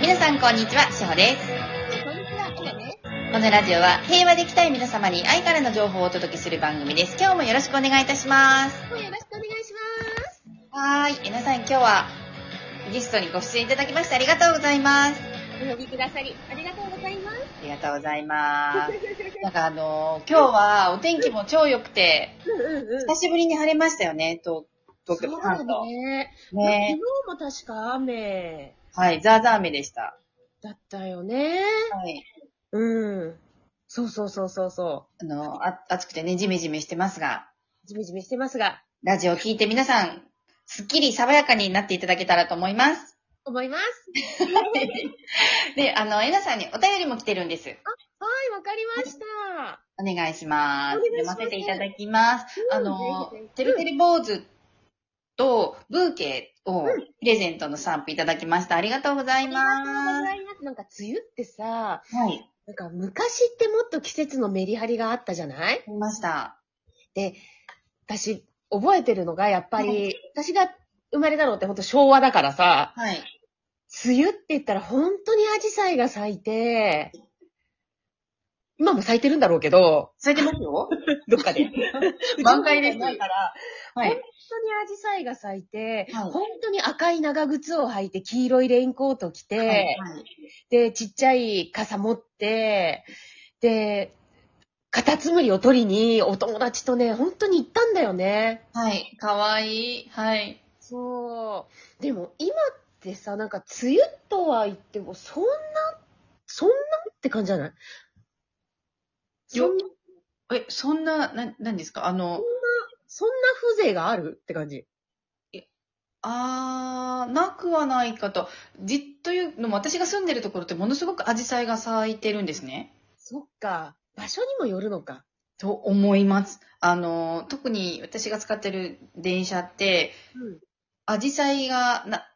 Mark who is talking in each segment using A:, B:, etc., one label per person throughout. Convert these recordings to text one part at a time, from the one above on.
A: 皆さんこんにちは、しほです。
B: こんにちは、えなです。
A: このラジオは平和でいきたい皆様に愛からの情報をお届けする番組です。今日もよろしくお願いいたします。
B: 今日よろしくお願いします。
A: はーい。えなさん今日はゲストにご出演いただきましてありがとうございます。
B: お呼びくださり、ありがとうございます。
A: ありがとうございます。なんかあのー今日はお天気も超良くて、
B: うんうんうん。
A: 久しぶりに晴れましたよね、東東
B: そ
A: 京
B: う
A: 関
B: だ
A: 東。
B: ね。
A: ね
B: 昨日も確か雨
A: はい、ザーザー雨でした。
B: だったよね。
A: はい。
B: うん。そうそうそうそうそ
A: あの、あ暑くてね、ジメジメしてますが、
B: う。じめじめしてますが、
A: ラジオを聞いて皆さん、すっきり爽やかになっていただけたらと思います。
B: 思います。
A: で、あの、えなさんにお便りも来てるんです。
B: はい、わかりました。
A: お願いします。
B: お願いし
A: 読
B: ま
A: ますせていただきます。
B: うん
A: あの
B: ぜひぜひ、
A: てるてる坊主とブーケをプレゼントの賛否いただきました。ありがとうござい
B: ありがとうご
A: ま
B: ざいます。なんか梅雨ってさ、
A: す。はい。
B: なんか昔ってもっと季節のメリハリがあったじゃない
A: ありました。
B: で、私、覚えてるのが、やっぱり、私が生まれたのってほんと昭和だからさ、
A: はい。
B: 梅雨って言ったら本当にアジサイが咲いて、今も咲いてるんだろうけど、
A: それでますよ。
B: どっかで。
A: 満開です
B: だから、
A: はい。
B: 本当にアジサイが咲いて、
A: はい
B: 本当に赤い長靴を履いて、黄色いレインコート着て、
A: はい
B: で、ちっちゃい傘持って、で、カタツムリを取りにお友達とね、本当に行ったんだよね。
A: はい。かわいい。はい。
B: そう。でも今ってさ、なんか梅雨とは言っても、そんな、そんなって感じじゃないそ
A: よ
B: んな、
A: え、そんな、な、何ですかあの、
B: そんな風情があるって感じ。
A: あー、なくはないかと。じ、というのも、私が住んでるところってものすごくアジサイが咲いてるんですね。
B: そっか。場所にもよるのか。
A: と思います。あの、特に私が使ってる電車って、
B: うん。
A: アジサイが、な、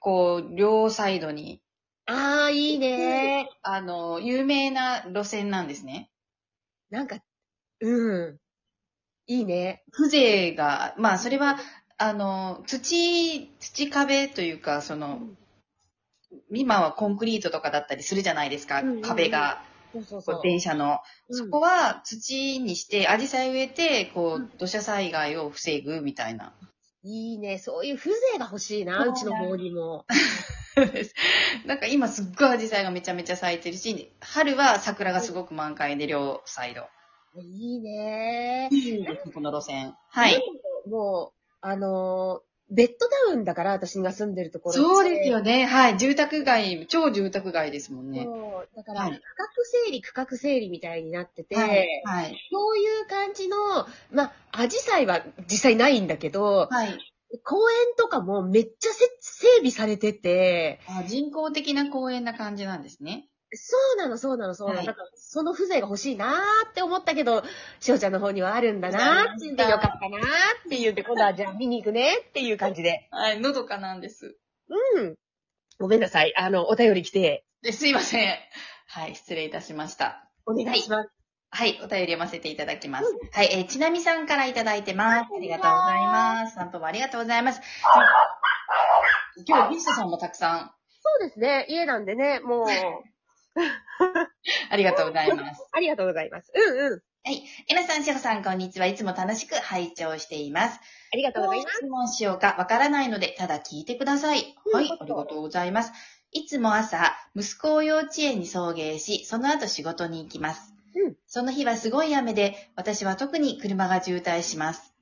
A: こう、両サイドに、
B: あー、いいね
A: あの、有名な路線なんですね。
B: なんか、うん。いいね。
A: 風情が、まあ、それは、あの、土、土壁というか、その、今はコンクリートとかだったりするじゃないですか、
B: うんうんうん
A: 壁が、
B: そうそうそ
A: こ
B: う
A: う。電車の。
B: う
A: そ
B: ん
A: こは土にして、アジサイ植えて、こ
B: うん
A: う、土砂災害を防ぐみたいな。
B: いいね。そういう風情が欲しいな、
A: そう
B: うちの方にも。
A: です。 なんか今すっごいアジサイがめちゃめちゃ咲いてるし、春は桜がすごく満開で、両サイド。
B: いいね
A: この路線。はい。
B: もう、あのーベッドダウンだから、私が住んでるところって
A: そうですよね。はい。住宅街、超住宅街ですもんね。
B: そう。だから、
A: はい
B: 区画整理、区画整理みたいになってて、
A: はい。はい。
B: そういう感じの、まあ、アジサイは実際ないんだけど、
A: はい。
B: 公園とかもめっちゃせ整備されてて、
A: あ人工的な公園な感じなんですね。
B: そうなの、そうなの、そうなの。
A: はい
B: だから、その風情が欲しいなーって思ったけど、しおちゃんの方にはあるんだなーって言って
A: あ
B: よ
A: り
B: か
A: ました
B: ったなーって言って、今度はじゃあ見に行くねっていう感じで。
A: はい。のどかなんです。
B: うん。ごめんなさい。あの、お便り来て、
A: ですいません。はい。失礼いたしました。
B: お願いします。
A: はい。お便り読ませていただきます。はい。えーちなみさんからいただいてます。ありがとうございます。さんともありがとうございます。今日、ビストさんもたくさん
B: そうですね。家なんでね、もう、
A: ありがとうございます。
B: ありがとうございます。うんうん。
A: はい。えなさん、しほさん、こんにちは。いつも楽しく拝聴しています。
B: ありがとう
A: ど
B: ご
A: う
B: ざいます。
A: 質問しようかわからないので、ただ聞いてください。
B: うん
A: はい。
B: わ
A: あ
B: かっ
A: り
B: た
A: がとうございます。いつも朝、息子を幼稚園に送迎し、その後仕事に行きます。
B: うん
A: その日はすごい雨で、私は特に車が渋滞します。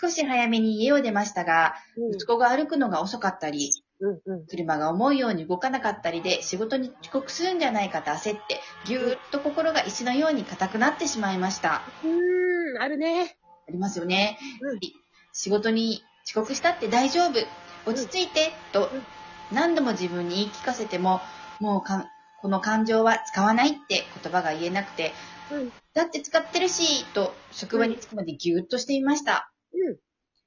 A: 少し早めに家を出ましたが、息子が歩くのが遅かったり、
B: うんうん。
A: 車が思うように動かなかったりで仕事に遅刻するんじゃないかと焦ってぎゅーっと心が石のように硬くなってしまいましたあ
B: うーん、あるね。
A: りますよね、
B: うん
A: 仕事に遅刻したって大丈夫落ち着いて、と
B: うん
A: 何度も自分に言い聞かせてももうかこの感情は使わないって言葉が言えなくて
B: うん。
A: だって使ってるしと職場に着くまでぎゅーっとしていました
B: うん。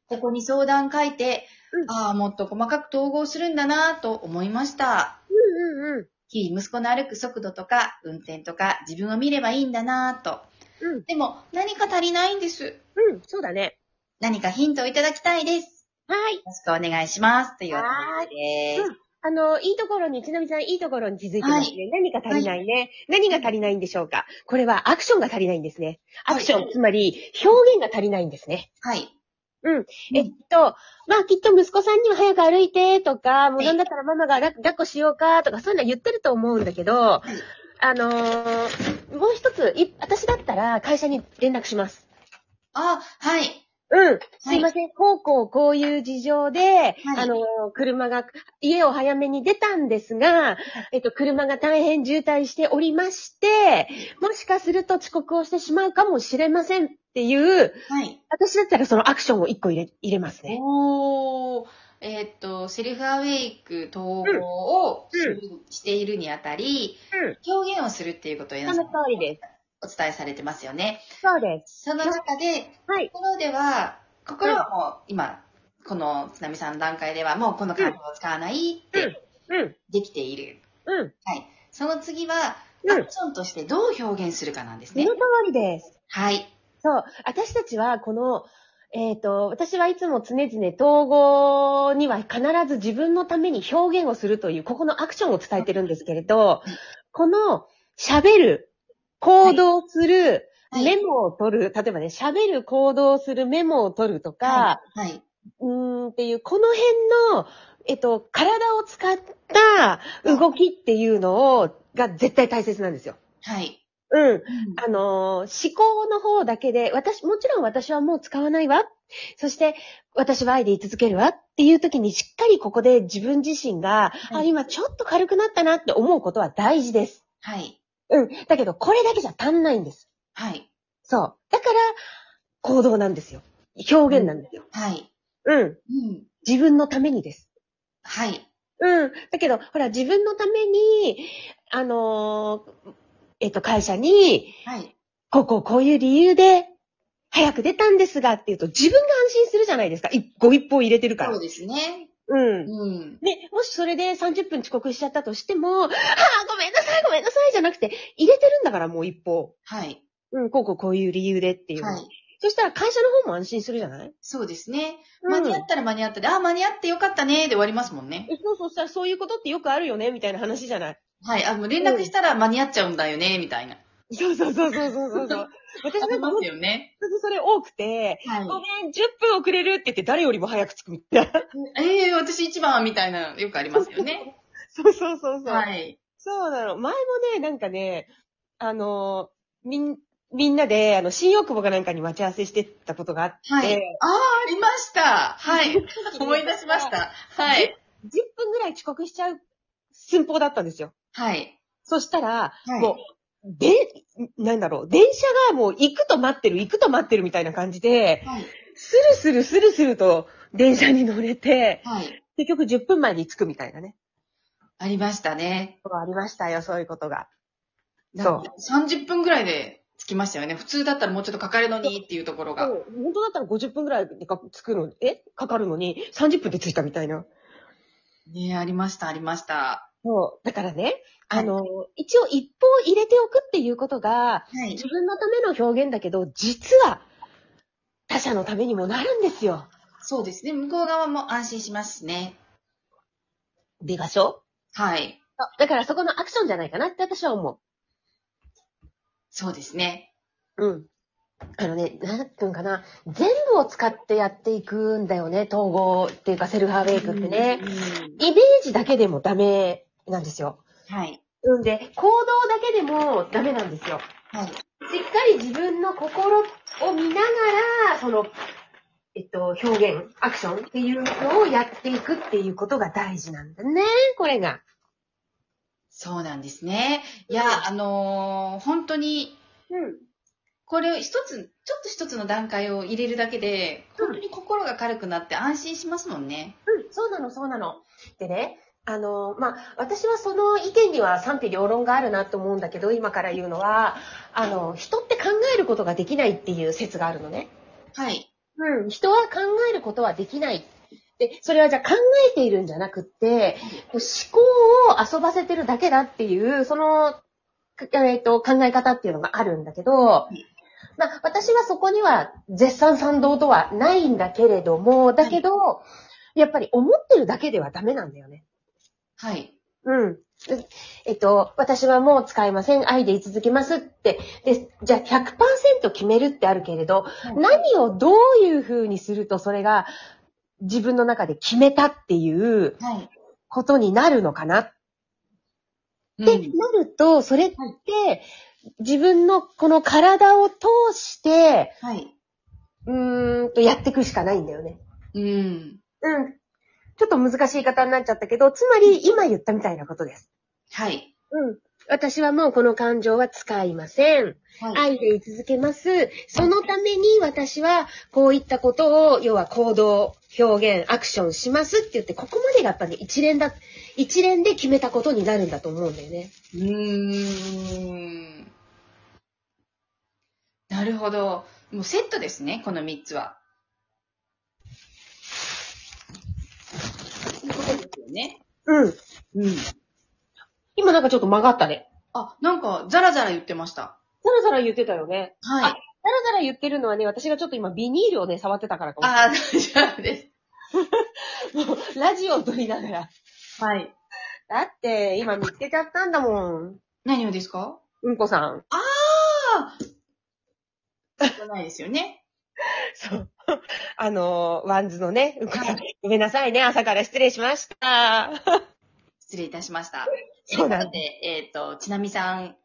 A: ここに相談書いて、
B: うん
A: ああもっと細かく統合するんだなぁと思いました
B: うんうんうん。
A: 日々息子の歩く速度とか運転とか自分を見ればいいんだなぁと。
B: うん
A: でも何か足りないんです。
B: うん、そうだね。
A: 何かヒントをいただきたいです。
B: はい。
A: よろしくお願いします。というお便りで
B: は
A: す。
B: あの、いいところに、ちなみさん、いいところに気づいてますね。何か足りないね、何が足りないんでしょうか。これはアクションが足りないんですね。アクション、
A: はい
B: つまり、表現が足りないんですね。
A: はい。うん
B: えっと、まあきっと息子さんには早く歩いてとか、もう
A: はい
B: なんだったらママが抱抱っこしようかとか、そういうのは言ってると思うんだけど、あのーもう一つ、い私だったら会社に連絡します。
A: あ、はい。
B: うん。すいません。こうこうこういう事情で、
A: はい
B: あのー、車が、家を早めに出たんですが、えっと、車が大変渋滞しておりまして、もしかすると遅刻をしてしまうかもしれませんっていう、
A: はい。
B: 私だったらそのアクションを一個入れ、入れますね。
A: おー。えーっと、セルフアウェイク統合をするしているにあたり、
B: うん。
A: 表現をするっていうことを
B: そ
A: 皆
B: の
A: さん
B: 通りで
A: お伝えされてますよね。
B: す。そうです。
A: その中で、
B: はい。
A: 心では、心はもう今、この津波さんの段階ではもうこの漢字を使わないって
B: うん。
A: できている。
B: うん。
A: はい。その次は、
B: うん
A: アクションとしてどう表現するかなんです
B: その
A: ね。
B: 通りです。
A: はい。
B: そう。私たちは、この、えっ、と、私はいつも常々統合には必ず自分のために表現をするという、ここのアクションを伝えてるんですけれど、この喋る、行動する、
A: はい
B: メモを取る、例えばね、喋る、行動する、メモを取るとか、
A: はい。はい。
B: うーんっていう、この辺の、えっと、体を使った動きっていうのを、が絶対大切なんですよ。
A: はい。
B: うん。
A: うん
B: あのー思考の方だけで、私、もちろん私はもう使わないわ。そして、私は愛で居続けるわっていう時にしっかりここで自分自身が、
A: はい
B: あ、今ちょっと軽くなったなって思うことは大事です。
A: はい。
B: うん。だけど、これだけじゃ足んないんです。
A: はい。
B: そう。だから、行動なんですよ。表現なんですよ。
A: はい。
B: うん。
A: うん。
B: 自分のためにです。
A: はい。
B: うん。だけど、ほら、自分のために、あのーえっと、会社に、
A: はい。
B: こうこうこういう理由で、早く出たんですがっていうと、自分が安心するじゃないですか。一ご一歩入れてるか
A: そ
B: ら
A: う。ですね。
B: うん。
A: うん。
B: ね、もしそれで30分遅刻しちゃったとしても、ああ、ごめんなさい、ごめんなさい、じゃなくて、入れてるんだから、もう一歩。
A: はい。
B: うん、こうこうこういう理由でっていう。
A: はい。
B: そしたら会社の方も安心するじゃない
A: そうですね。
B: うん
A: 間に合ったら間に合ったで、あ、間に合ってよかったね、で終わりますもんね。
B: えそうそうしたらそういうことってよくあるよね、みたいな話じゃない
A: はい。あ、もう連絡したら間に合っちゃうんだよね、みたいな。
B: そうそうそうそうそうそうそう。 私
A: あ
B: な
A: り
B: んか
A: ま
B: 本
A: すよね。
B: 当にそれ多くて、
A: はい
B: ご。めん、10分遅れるって言って誰よりも早く着くみたいな。
A: ええ私一番みたいなのよくありますよね。
B: そうそうそうそう。
A: はい。
B: そうなの。前もね、なんかね、あのー、みん、みんなで、あの、新大久保かなんかに待ち合わせしてたことがあって、
A: はい。ああ、ありました。はい。 思い出しまし。た。はい。
B: 10分ぐらい遅刻しちゃう寸法だったんですよ。
A: はい。
B: そしたら、
A: はい
B: もう、で、なんだろう、電車がもう行くと待ってる、行くと待ってるみたいな感じで、
A: はい。
B: スルスルスルスルと電車に乗れて、
A: はい。
B: 結局10分前に着くみたいなね。
A: ありましたね。
B: ありましたよ、そういうことが。
A: なんか30分ぐらいで着きましたよね。普通だったらもうちょっとかかるのにっていうところが。
B: そう本当だったら50分ぐらいでか着くのに、えかかるのに、30分で着いたみたいな。
A: ねえ、ありました、ありました。
B: そう。だからね、
A: はい
B: あの、一応一歩入れておくっていうことが、
A: はい
B: 自。分のための表現だけど、実は、他者のためにもなるんですよ。
A: そうですね。向こう側も安心しますしね。
B: でがしょ
A: はい。
B: だからそこのアクションじゃないかなって私は思
A: そうですね。
B: う。うん。あのね、なんていうんかな、全部を使ってやっていくんだよね、統合っていうかセルフアウェイクってね。
A: うん
B: イメージだけでもダメなんですよ。
A: はい。
B: うんで、行動だけでもダメなんですよ。
A: はい。
B: しっかり自分の心を見ながら、その、えっと、表現、アクションっていうのをやっていくっていうことが大事なんだね、これが。
A: そうなんですね。いや、あのー本当に
B: うん。
A: これを一つ、ちょっと一つの段階を入れるだけで、
B: うん
A: 本当に心が軽くなって安心しますもんね。
B: うん、そうなの、そうなの。でね、あの、まあ、私はその意見には賛否両論があるなと思うんだけど、今から言うのは、あの、人って考えることができないっていう説があるのね。
A: はい。
B: うん、人は考えることはできない。で、それはじゃあ考えているんじゃなくって、こう思考を遊ばせてるだけだっていう、その、くえっ、と、考え方っていうのがあるんだけど
A: い、
B: まあ、私はそこには絶賛賛同とはないんだけれども、だけど、やっぱり思ってるだけではダメなんだよね。
A: はい。
B: うん。でえっと、私はもう使いません。愛で居続けますって。で、じゃあ100%決めるってあるけれど、何をどういう風にするとそれが自分の中で決めたっていう
A: はい。
B: ことになるのかなっ
A: う
B: て
A: ん。
B: なると、それって自分のこの体を通して、
A: はい。
B: うーんとやっていくしかないんだよね。
A: うん。
B: うん。ちょっと難しい言い方になっちゃったけど、つまり今言ったみたいなことです。
A: はい。
B: うん。私はもうこの感情は使いません。
A: はい。
B: 愛で居続けます。そのために私はこういったことを、要は行動、表現、アクションしますって言って、ここまでがやっぱね、一連だ、一連で決めたことになるんだと思うんだよね。
A: うーん。なるほど。もうセットですね、この3つは。そういうことですよね。
B: うん。
A: うん。
B: 今なんかちょっと曲がったね。
A: あ、なんか、ザラザラ言ってました。
B: ザラザラ言ってたよね。
A: は
B: あ
A: い。
B: ザラザラ言ってるのはね、私がちょっと今ビニールをね、触ってたからかもしれ ない
A: ああ、大丈夫で
B: もうラジオを撮りながら。
A: す。はい。
B: だって、今見つけちゃったんだもん。
A: 何をですか
B: うんこさん。
A: じゃないですよね。
B: そう。あのー、ワンズのね、うんこさ
A: は
B: ん。ごめんなさいね、朝から失礼しました。
A: 失礼いたしました。
B: そう
A: な
B: だ
A: ので、えっ、と、ちなみさん、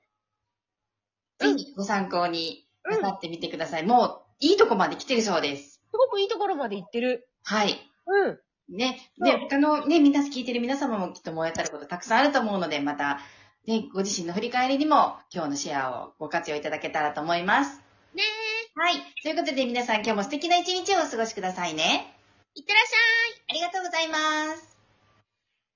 B: う
A: ぜ
B: ん
A: ひご参考に
B: う
A: なんさってみてください。もう、いいとこまで来てるそうです。
B: すごくいいところまで行ってる。
A: はい。
B: うん。
A: ね。
B: そう
A: で、他のね、皆さん聞いてる皆様もきっと燃えたることたくさんあると思うので、また、ね、ご自身の振り返りにも、今日のシェアをご活用いただけたらと思います。
B: ね
A: はい。ということで皆さん今日も素敵な一日をお過ごしくださいね。
B: いってらっし
A: あ
B: ゃい
A: りがとうございます。